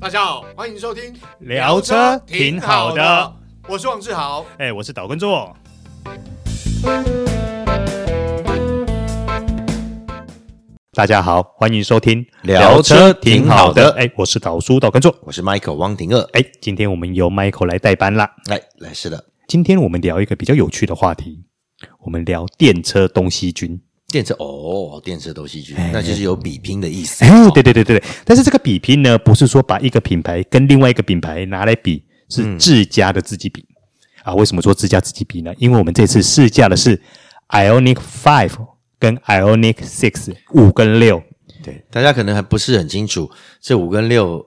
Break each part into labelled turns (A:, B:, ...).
A: 大家好，欢迎收听
B: 聊车挺好的，
A: 我是王志豪。
B: 哎、我是岛根座。大家好，欢迎收听
C: 聊车挺好的
B: 哎、我是岛叔岛根座。
C: 我是 Michael 汪廷二。
B: 哎、今天我们由 Michael 来代班啦。
C: 来来，是的，
B: 今天我们聊一个比较有趣的话题，我们聊电车东西军。
C: 电车哦，电车都戏剧，那就是有比拼的意思。
B: 哎、
C: 哦
B: 对对对对对，但是这个比拼呢，不是说把一个品牌跟另外一个品牌拿来比，
C: 嗯
B: 是自家的自己比、啊。为什么说自家自己比呢？因为我们这次试驾的是 Ionic Five 跟 Ionic Six 五跟六，
C: 对，大家可能还不是很清楚这五跟六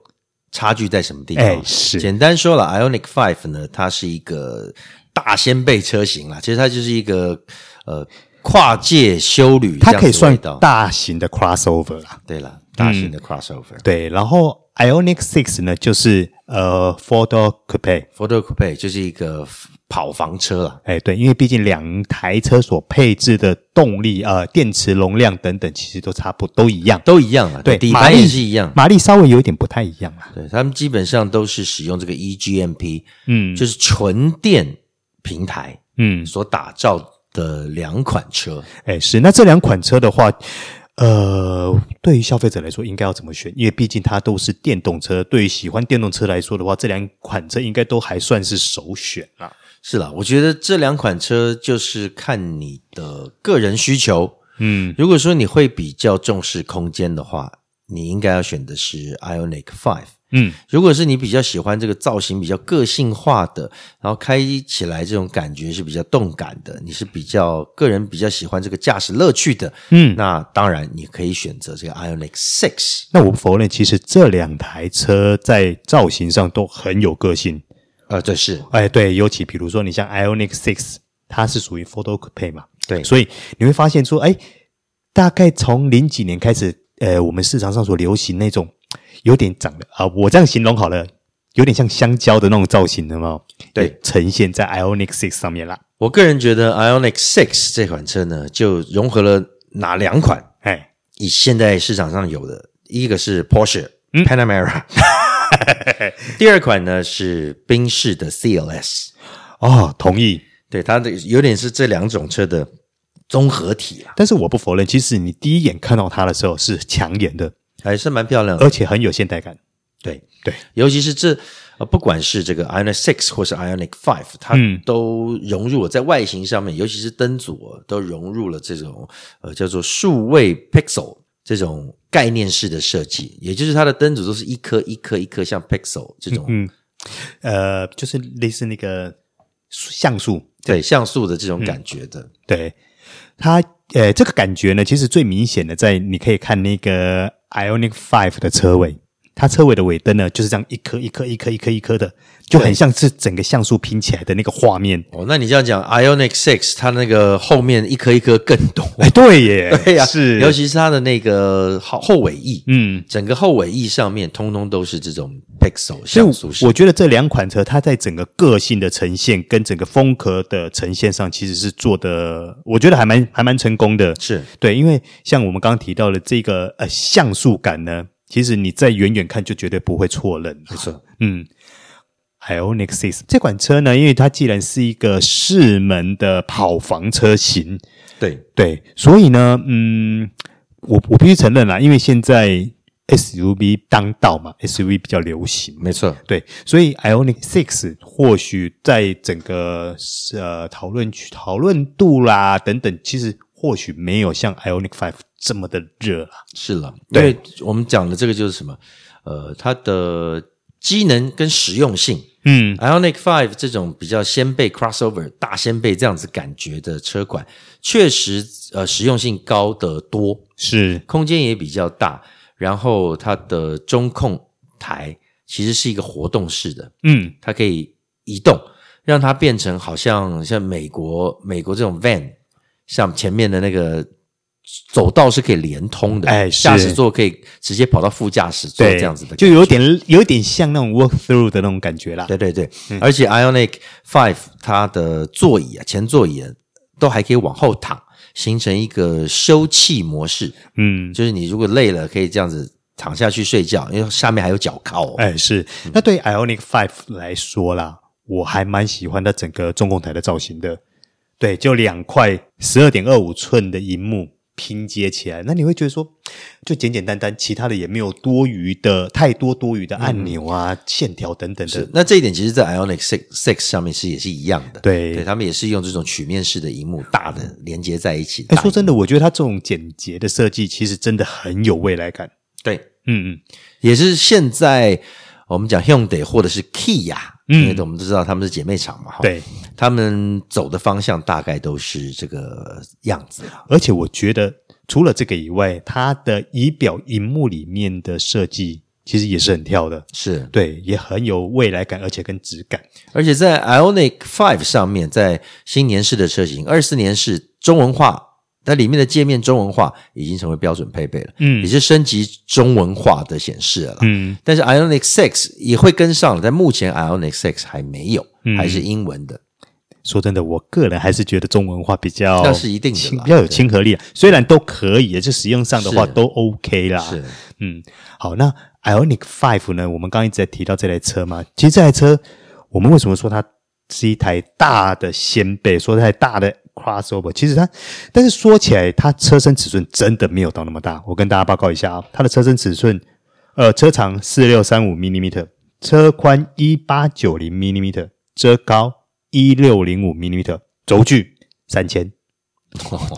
C: 差距在什么地方。
B: 哎是
C: 简单说了，Ionic Five 呢，它是一个大先辈车型啦，其实它就是一个呃跨界修旅这
B: 它
C: 样
B: 可
C: 子
B: 以
C: 的味
B: 算
C: 道，
B: 大嗯型的 crossover 啦。
C: 对啦，大型的 crossover。
B: 对，然后 Ionic Six 呢，就是呃 four door coupe。
C: Photo Coupe 就是一个跑房车啦，
B: 哎，对，因为毕竟两台车所配置的动力、呃电池容量等等，其实都差不都一样。
C: 都一样啦，
B: 对，
C: 底
B: 马
C: 盘
B: 力
C: 也是一样。
B: 马力稍微有一点不太一样啊啦。
C: 对他们基本上都是使用这个 E eGMP，嗯，就是纯电平台，
B: 嗯，
C: 所打造的两款车。
B: 哎，是。那这两款车的话，呃，对于消费者来说，应该要怎么选？因为毕竟它都是电动车，对于喜欢电动车来说的话，这两款车应该都还算是首选啦。
C: 是啦，我觉得这两款车就是看你的个人需求。
B: 嗯，
C: 如果说你会比较重视空间的话，你应该要选的是 Ionic Five。
B: 嗯，
C: 如果是你比较喜欢这个造型比较个性化的，然后开起来这种感觉是比较动感的，你是比较个人比较喜欢这个驾驶乐趣的，
B: 嗯
C: 那当然你可以选择这个 Ionic Six。
B: 那我不否认，其实这两台车在造型上都很有个性。
C: 呃，这是
B: 哎，对，尤其比如说你像 Ionic Six，它是属于 Photo Coupe 嘛，
C: 对
B: 所以你会发现说，哎，大概从零几年开始，呃，我们市场上所流行那种有点长得啊、我这样形容好了，有点像香蕉的那种造型的嘛，
C: 对
B: 也呈现在 Ionic Six 上面啦。
C: 我个人觉得 Ionic Six 这款车呢，就融合了哪两款？
B: 哎，
C: 以现在市场上有的，一个是 Porsche、Panamera，第二款呢是宾士的 CLS，
B: 哦，同意。
C: 对它的有点是这两种车的综合体啊啦，
B: 但是我不否认，其实你第一眼看到它的时候是抢眼的，
C: 还是蛮漂亮的。
B: 而且很有现代感。
C: 对
B: 对，
C: 尤其是这呃，不管是这个 Ionic Six 或是 Ionic Five，它
B: 嗯
C: 都融入了在外形上面，尤其是灯组哦都融入了这种呃叫做数位 pixel 这种概念式的设计，也就是它的灯组都是一颗一颗一颗像 pixel 这种、
B: 嗯呃，就是类似那个像素，
C: 对像素的这种感觉的。
B: 对它，呃，这个感觉呢，其实最明显的在你可以看那个 Ionic Five 的车尾，它车尾的尾灯呢，就是这样一颗一颗一颗一颗一颗的，就很像是整个像素拼起来的那个画面。
C: 哦，那你这样讲，Ionic Six 它那个后面一颗一颗更多，
B: 哎，对耶，
C: 对呀、
B: 是，
C: 尤其是它的那个后后尾翼，
B: 嗯。
C: 整个后尾翼上面通通都是这种 pixel
B: 所以
C: 像素
B: 我，我觉得这两款车，它在整个个性的呈现跟整个风格的呈现上，其实是做的，我觉得还蛮还蛮成功的。
C: 是
B: 对，因为像我们刚刚提到的这个呃像素感呢，其实你在远远看就绝对不会错认。没
C: 错，
B: 嗯。Ionic Six 这款车呢，因为它既然是一个四门的跑房车型，
C: 对，
B: 对，所以呢，嗯，我我必须承认啦，因为现在 SUV 当道嘛，SUV 比较流行，
C: 没错，
B: 对，所以 Ionic Six 或许在整个呃讨论区讨论度啦等等，其实或许没有像 Ionic Five 这么的热啦。
C: 是了，因
B: 对
C: 为我们讲的这个就是什么，呃，它的机能跟实用性。
B: 嗯，
C: Ionic Five 这种比较先辈 crossover 大先辈这样子感觉的车款，确实呃实用性高得多，
B: 是，
C: 空间也比较大，然后它的中控台其实是一个活动式的，
B: 嗯，
C: 它可以移动，让它变成好像像美国美国这种 van，像前面的那个走道是可以连通的，
B: 哎是
C: 驾驶座可以直接跑到副驾驶座
B: 对，
C: 这样子的感觉，
B: 就有点有点像那种 walk through 的那种感觉啦。
C: 对对对，
B: 嗯
C: 而且 Ionic Five 它的座椅啊，前座椅、啊、都还可以往后躺，形成一个休憩模式，
B: 嗯，
C: 就是你如果累了，可以这样子躺下去睡觉，因为下面还有脚靠、哦。
B: 哎，是。那对于 Ionic Five 来说啦，我还蛮喜欢它整个中控台的造型的。对，就两块十二点二五寸的荧幕拼接起来，那你会觉得说，就简简单单，其他的也没有多余的太多多余的按钮啊、线条等等的。
C: 那这一点其实，在 Ionic Six Six 上面是也是一样的，
B: 对
C: 对他们也是用这种曲面式的荧幕大的连接在一起。
B: 哎，
C: 大
B: 说真的，我觉得它这种简洁的设计，其实真的很有未来感。
C: 对，
B: 嗯嗯，
C: 也是现在我们讲 Hyundai 或者是 Kia，
B: 嗯
C: 因为我们都知道他们是姐妹厂嘛，哈，
B: 对。
C: 他们走的方向大概都是这个样子啊。
B: 而且我觉得除了这个以外，它的仪表荧幕里面的设计其实也是很跳的。
C: 是，
B: 对，也很有未来感，而且跟质感。
C: 而且在 Ionic Five 上面，在新年式的车型，二四年式中文化，它里面的界面中文化已经成为标准配备了，
B: 嗯
C: 也是升级中文化的显示了啦。
B: 嗯，
C: 但是 Ionic Six 也会跟上了，但目前 Ionic Six 还没有，
B: 嗯
C: 还是英文的。
B: 说真的，我个人还是觉得中文化比较
C: 那是一定的啦
B: 亲比较有亲和力啊。虽然都可以，就使用上的话
C: 是
B: 都 OK 啦。
C: 是，
B: 嗯，好，那 Ionic Five 呢？我们刚刚一直在提到这台车嘛，其实这台车我们为什么说它是一台大的掀背，说它大的 crossover？其实它，但是说起来，它车身尺寸真的没有到那么大。我跟大家报告一下啊、它的车身尺寸，呃，车长四六三五 m m 车宽一八九零 m m 车高一六零五 m m 轴距三千。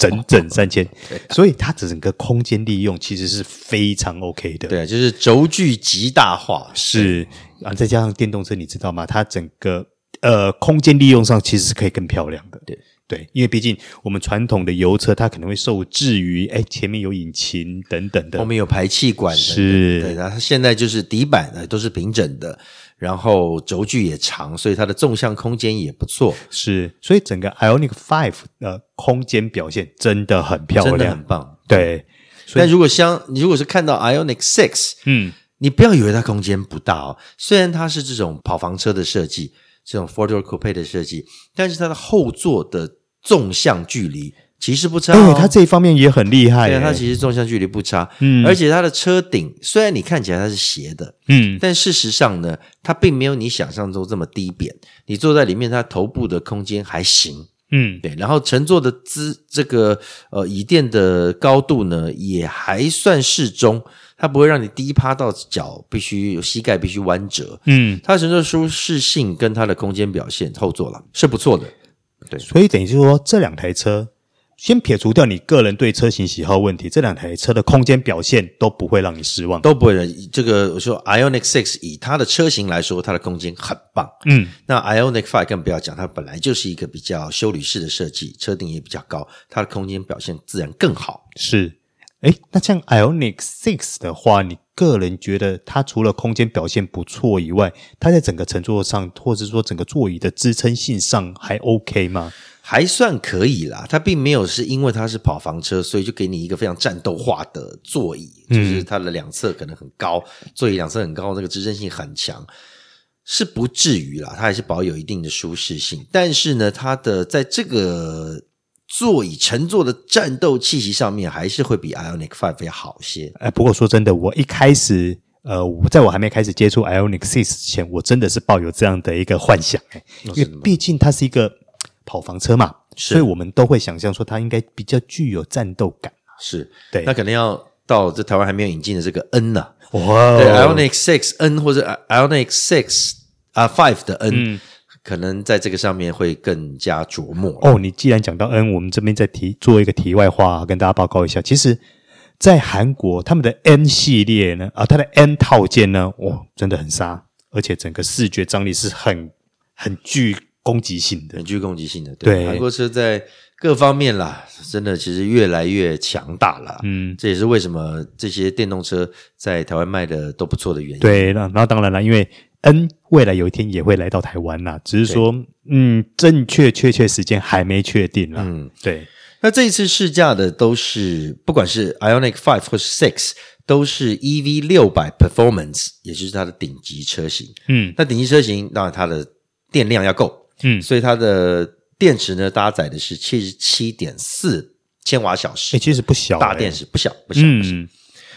B: 整整三千，所以它整个空间利用其实是非常 OK 的。
C: 对啊，就是轴距极大化。
B: 是啊，再加上电动车，你知道吗？它整个呃空间利用上其实是可以更漂亮的。
C: 对
B: 对，因为毕竟我们传统的油车，它可能会受制于哎前面有引擎等等
C: 后
B: 的。
C: 面有排气管的，
B: 是
C: 对，然后它现在就是底板呢都是平整的，然后轴距也长，所以它的纵向空间也不错，
B: 是，所以整个 Ionic Five 呃空间表现真的很漂
C: 真的很
B: 亮。
C: 棒。
B: 对，
C: 但如果相，你如果是看到 Ionic Six，
B: 嗯，
C: 你不要以为它空间不大哦，虽然它是这种跑房车的设计，这种 four door coupe 的设计，但是它的后座的纵向距离其实不差、
B: 哎、
C: 哦。
B: 它这一方面也很厉害、
C: 对啊，它
B: 哎
C: 其实纵向距离不差，
B: 嗯
C: 而且它的车顶虽然你看起来它是斜的，
B: 嗯
C: 但事实上呢，它并没有你想象中这么低扁。你坐在里面，它头部的空间还行，
B: 嗯
C: 对。然后乘坐的姿这个呃椅垫的高度呢，也还算适中，它不会让你低趴到脚必须膝盖必须弯折。
B: 嗯，
C: 它乘坐舒适性跟它的空间表现后座了是不错的，
B: 所以等于是说，这两台车，先撇除掉你个人对车型喜好问题，这两台车的空间表现都不会让你失望。
C: 都不会让这个我说 Ionic Six 以它的车型来说，它的空间很棒。
B: 嗯，
C: 那 Ionic Five 更不要讲，它本来就是一个比较修旅式的设计，车顶也比较高，它的空间表现自然更好。
B: 是。哎，那像 Ionic Six 的话，你个人觉得它除了空间表现不错以外，它在整个乘坐上，或者说整个座椅的支撑性上还 OK 吗？
C: 还算可以啦，它并没有是因为它是跑房车，所以就给你一个非常战斗化的座椅，就是它的两侧可能很高，座椅两侧很高，那个支撑性很强，是不至于啦，它还是保有一定的舒适性。但是呢，它的在这个座椅乘坐的战斗气息上面，还是会比 Ionic Five 要好些。
B: 哎，不过说真的，我一开始。呃，我在我还没开始接触 Ionic Six 之前，我真的是抱有这样的一个幻想、哎，因为毕竟它是一个跑房车嘛，
C: 是
B: 所以我们都会想象说它应该比较具有战斗感。
C: 是，
B: 对
C: 那可能要到这台湾还没有引进的这个 N 啊呐、
B: 哇
C: 对 Ionic Six N 或者 Ionic Six 啊 Five 的 N，、可
B: 嗯
C: 能在这个上面会更加琢磨。
B: 哦，你既然讲到 N，我们这边再提做一个题外话、跟大家报告一下，其实，在韩国他们的 N 系列呢，啊，它的 N 套件呢，哇，真的很杀，而且整个视觉张力是很很具攻击性的
C: 很。具攻击性的，
B: 对
C: 韩国车在各方面啦，真的其实越来越强大了。
B: 嗯，
C: 这也是为什么这些电动车在台湾卖的都不错的原因。，
B: 对，那然后当然了，因为 N 未来有一天也会来到台湾啦，只是说，嗯，正确确切时间还没确定啦。
C: 嗯，
B: 对，
C: 那这一次试驾的都是，不管是 Ionic Five 或是 Six，都是 EV 六百 Performance，也就是它的顶级车型。
B: 嗯
C: 那顶级车型，当然它的电量要够，
B: 嗯，
C: 所以它的电池呢搭载的是七十七点四千瓦小
B: 哎、
C: 时，
B: 其实不小、欸，
C: 大电池不小不小。不小
B: 嗯，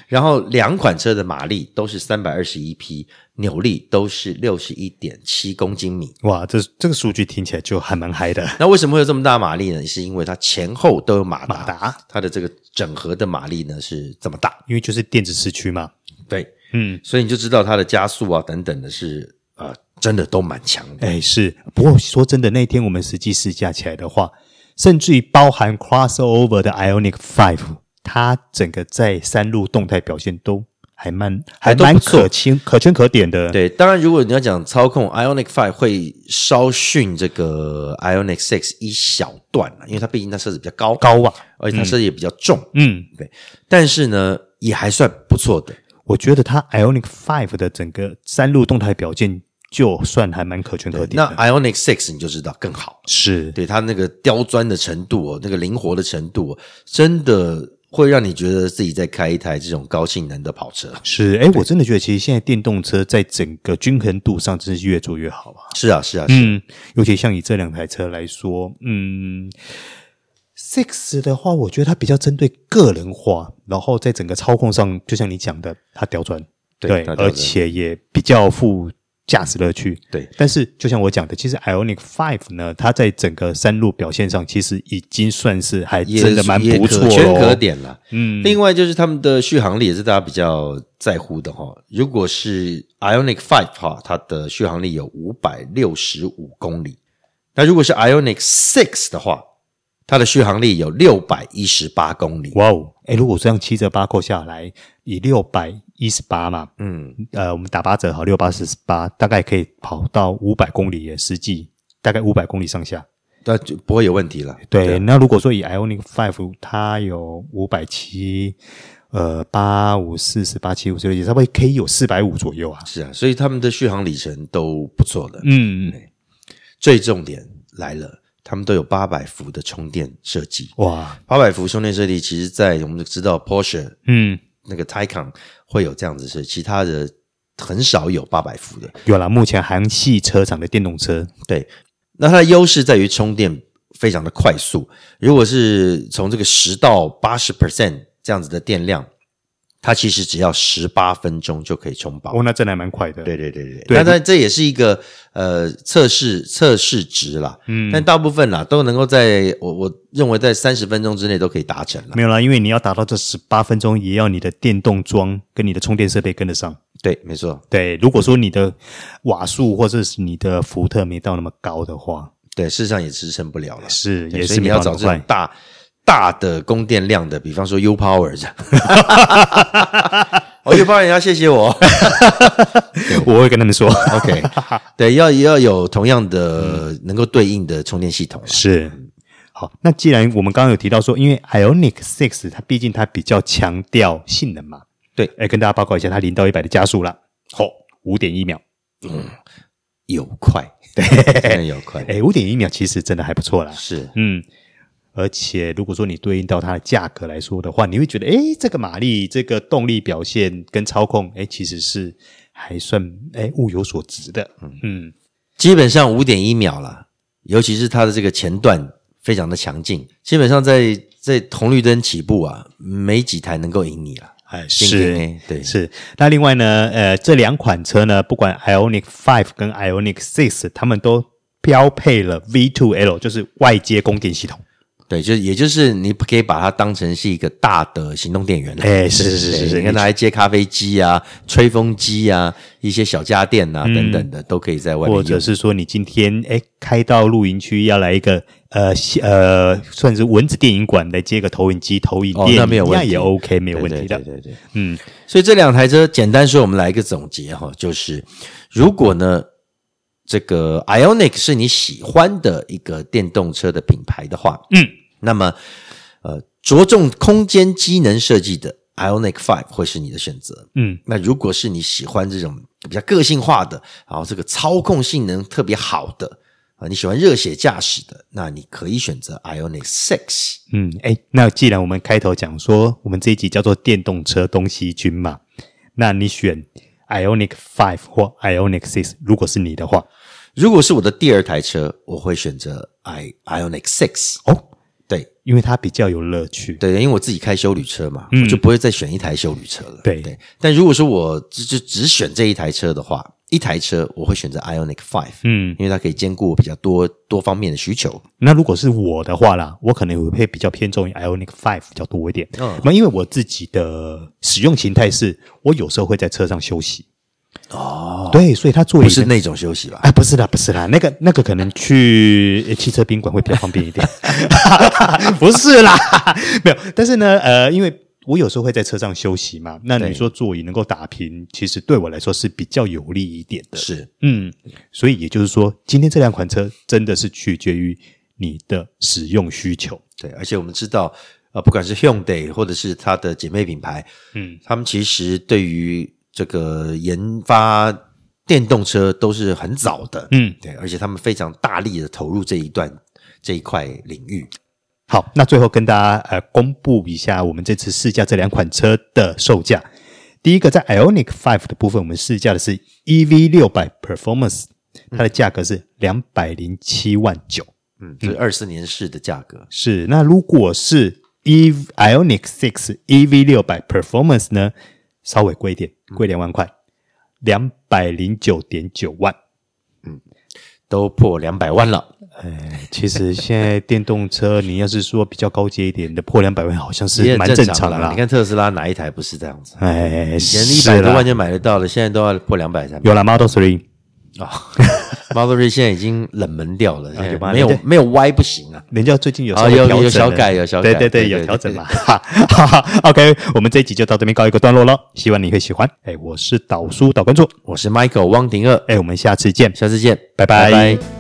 C: 然后两款车的马力都是三百二十一匹，扭力都是六十一点七公斤米。
B: 哇，这这个数据听起来就还蛮嗨的。
C: 那为什么会有这么大马力呢？是因为它前后都有马达，
B: 马达
C: 它的这个整合的马力呢是这么大。
B: 因为就是电子市区嘛，
C: 对，
B: 嗯，
C: 所以你就知道它的加速啊等等的是啊、呃真的都蛮强的。
B: 哎，是。不过说真的，那天我们实际试驾起来的话，甚至于包含 crossover 的 Ionic Five，它整个在山路动态表现都还蛮还
C: 都不
B: 蛮
C: 错
B: 可圈可圈可点的。，
C: 对，当然，如果你要讲操控，Ionic Five 会稍逊这个 Ionic Six 一小段啊，因为它毕竟它车子比较高
B: 高啊，
C: 而且它车子也比较重，
B: 嗯，
C: 但是呢，也还算不错的。
B: 我觉得它 Ionic Five 的整个山路动态表现就算还蛮可圈可点
C: 那
B: 的。
C: Ionic Six 你就知道更好，
B: 是，
C: 对它那个刁钻的程度哦，那个灵活的程度、哦，真的会让你觉得自己在开一台这种高性能的跑车。
B: 是，哎，我真的觉得其实现在电动车在整个均衡度上真是越做越好啊。
C: 是啊，是啊，是啊
B: 嗯，尤其像以这两台车来说，嗯，Six 的话，我觉得它比较针对个人化，然后在整个操控上，就像你讲的，它刁钻，
C: 对它刁钻
B: 而且也比较富驾驶乐趣，
C: 对。
B: 但是就像我讲的，其实 Ionic Five 呢，它在整个山路表现上，其实已经算是还
C: 也
B: 真的蛮
C: 也
B: 不错
C: 可圈
B: 咯
C: 可点了。嗯，另外就是他们的续航力也是大家比较在乎的哈、如果是 Ionic Five 哈，它的续航力有五百六十五公里，那如果是 Ionic Six 的话，它的续航力有六百一十八公里。
B: 哇哦！哎，如果这样七折八扣下来，以六百一十八嘛，
C: 嗯，
B: 呃，我们打八折好，六八四十八，大概可以跑到五百公里耶，实际大概五百公里上下。
C: 那就不会有问题了。
B: 对，啊那如果说以 Ionic Five 它有五百七，呃，八五四十八七五十六，也差不多可以有四百五左右啊。
C: 是啊，所以他们的续航里程都不错的。
B: 嗯，
C: 最重点来了，他们都有八百伏的充电设计。
B: 哇，
C: 八百伏充电设计，其实在我们就知道 Porsche
B: 嗯，
C: 那个 Taycan 会有这样子是，其他的很少有八百伏的。
B: 有了，目前韩系车厂的电动车，
C: 对，那它的优势在于充电非常的快速。如果是从这个十到八十 percent 这样子的电量，它其实只要十八分钟就可以充饱。
B: 哦，那真的还蛮快的。
C: 对对对对，
B: 对
C: 那但这也是一个呃测试测试值啦，嗯，但大部分啦都能够在我我认为在三十分钟之内都可以达成了。
B: 没有啦，因为你要达到这十八分钟，也要你的电动桩跟你的充电设备跟得上。
C: 对，没错，
B: 对，如果说你的瓦数或者是你的伏特没到那么高的话，
C: 对，事实上也支撑不了了。
B: 是
C: 对
B: 也
C: 所
B: 是
C: 以你
B: 没
C: 要
B: 办法
C: 找这种
B: 快
C: 大大的供电量的，比方说 U Power 这样。哦，U Power 也要谢谢 我。
B: 我会跟他们 说，
C: OK，对，要要有同样的能够对应的充电系统啦。
B: 是。好，那既然我们刚刚有提到说，因为 Ionic Six 它毕竟它比较强调性能嘛，
C: 对，
B: 哎，跟大家报告一下，它零到一百的加速啦，好、五点一秒，
C: 有快， 对，真的有快，
B: 哎，五点一秒其实真的还不错啦，
C: 是
B: 嗯，而且如果说你对应到它的价格来说的话，你会觉得，哎，这个马力、这个动力表现跟操控，哎，其实是还算哎物有所值的。嗯，
C: 基本上五点一秒啦，尤其是它的这个前段非常的强劲，基本上在在红绿灯起步啊，没几台能够赢你了。
B: 哎，
C: 今天
B: 是
C: 呢，对
B: 是。那另外呢，呃，这两款车呢，不管 Ionic Five 跟 Ionic Six，他们都标配了 V2L，就是外接供电系统。
C: 对，就也就是你可以把它当成是一个大的行动电源了。
B: 哎是是是
C: 对
B: 是是
C: 你看它还接咖啡机啊、吹风机啊、一些小家电啊、等等的，都可以在外
B: 嗯
C: 面
B: 或
C: 用。
B: 者是说你今天哎开到露营区要来一个呃西呃算是蚊子电影馆来接个投影机投影
C: 哦，
B: 电影，
C: 那没有问
B: 那
C: 题，
B: 也 OK 没有问题的。
C: 对对对对对
B: 嗯，
C: 所以这两台车，简单说，我们来一个总结哈，就是如果呢，这个 Ionic 是你喜欢的一个电动车的品牌的话，
B: 嗯，
C: 那么呃，着重空间机能设计的 Ionic Five 会是你的选择。
B: 嗯，
C: 那如果是你喜欢这种比较个性化的，然后这个操控性能特别好的啊，你喜欢热血驾驶的，那你可以选择 Ionic Six。
B: 嗯，哎，那既然我们开头讲说我们这一集叫做电动车东西军嘛，那你选 Ionic Five 或 Ionic Six，如果是你的话，
C: 如果是我的第二台车，我会选择 i Ionic Six。
B: 哦，
C: 对，
B: 因为它比较有乐趣。
C: 对，因为我自己开修旅车嘛，
B: 嗯
C: 我就不会再选一台修旅车了。
B: 对
C: 但如果说我只就只选这一台车的话，一台车我会选择 Ionic Five，
B: 嗯，
C: 因为它可以兼顾我比较多多方面的需求。
B: 那如果是我的话啦，我可能也会比较偏重于 Ionic Five 比较多一点。
C: 嗯
B: 那、因为我自己的使用形态是，我有时候会在车上休息。哦，对，所以它座椅
C: 不
B: 的
C: 是那种休息吧？
B: 哎，不是啦，不是啦，那个那个可能去呃汽车宾馆会比较方便一 点，不是啦， 没有。但是呢，呃，因为我有时候会在车上休息嘛，那
C: 对
B: 你说座椅能够打平，其实对我来说是比较有利一点的。
C: 是，
B: 嗯，所以也就是说，今天这两款车真的是取决于你的使用需求。
C: 对，而且我们知道，呃，不管是 Hyundai 或者是它的姐妹品牌，
B: 嗯，
C: 他们其实对于这个研发电动车都是很早的，
B: 嗯
C: 对，而且他们非常大力的投入这一段这一块领域。
B: 好，那最后跟大家呃公布一下我们这次试驾这两款车的售价。第一个在 Ionic Five 的部分，我们试驾的是 EV 六百 Performance，它的价格是两百零七万九。
C: 嗯，这二四年式的价格，
B: 是，那如果是 E Ionic Six EV 六百 Performance 呢，稍微贵一点，贵两万块，两百零九点九万。
C: 都破两百万了。
B: 哎，其实现在电动车，你要是说比较高阶一点的，破两百万好像
C: 也
B: 是蛮
C: 很
B: 正
C: 常
B: 常
C: 啦
B: 的啦
C: 你。看特斯拉哪一台不是这样子？
B: 哎，以
C: 以前一百多万就买得到了，现在都要破两百才买
B: 有了 Model Three，
C: 啊。Model 3现在已经冷门掉了，现
B: 啊有
C: 在
B: 吗
C: 没有
B: 人家
C: 没有 Y 不行啊。
B: 人家最近有
C: 啊
B: 稍微
C: 有
B: 调整了、
C: 有小改有小
B: 对
C: 改
B: 对
C: 对
B: 对，
C: 对
B: 有调整嘛。哈哈哈 OK，我们这一集就到这边告一个段落喽，希望你会喜欢。哎，我是导叔导观众，哎
C: 我是 Michael 汪廷二，
B: 哎，我们下次见，
C: 下次见，
B: 拜拜
C: 拜拜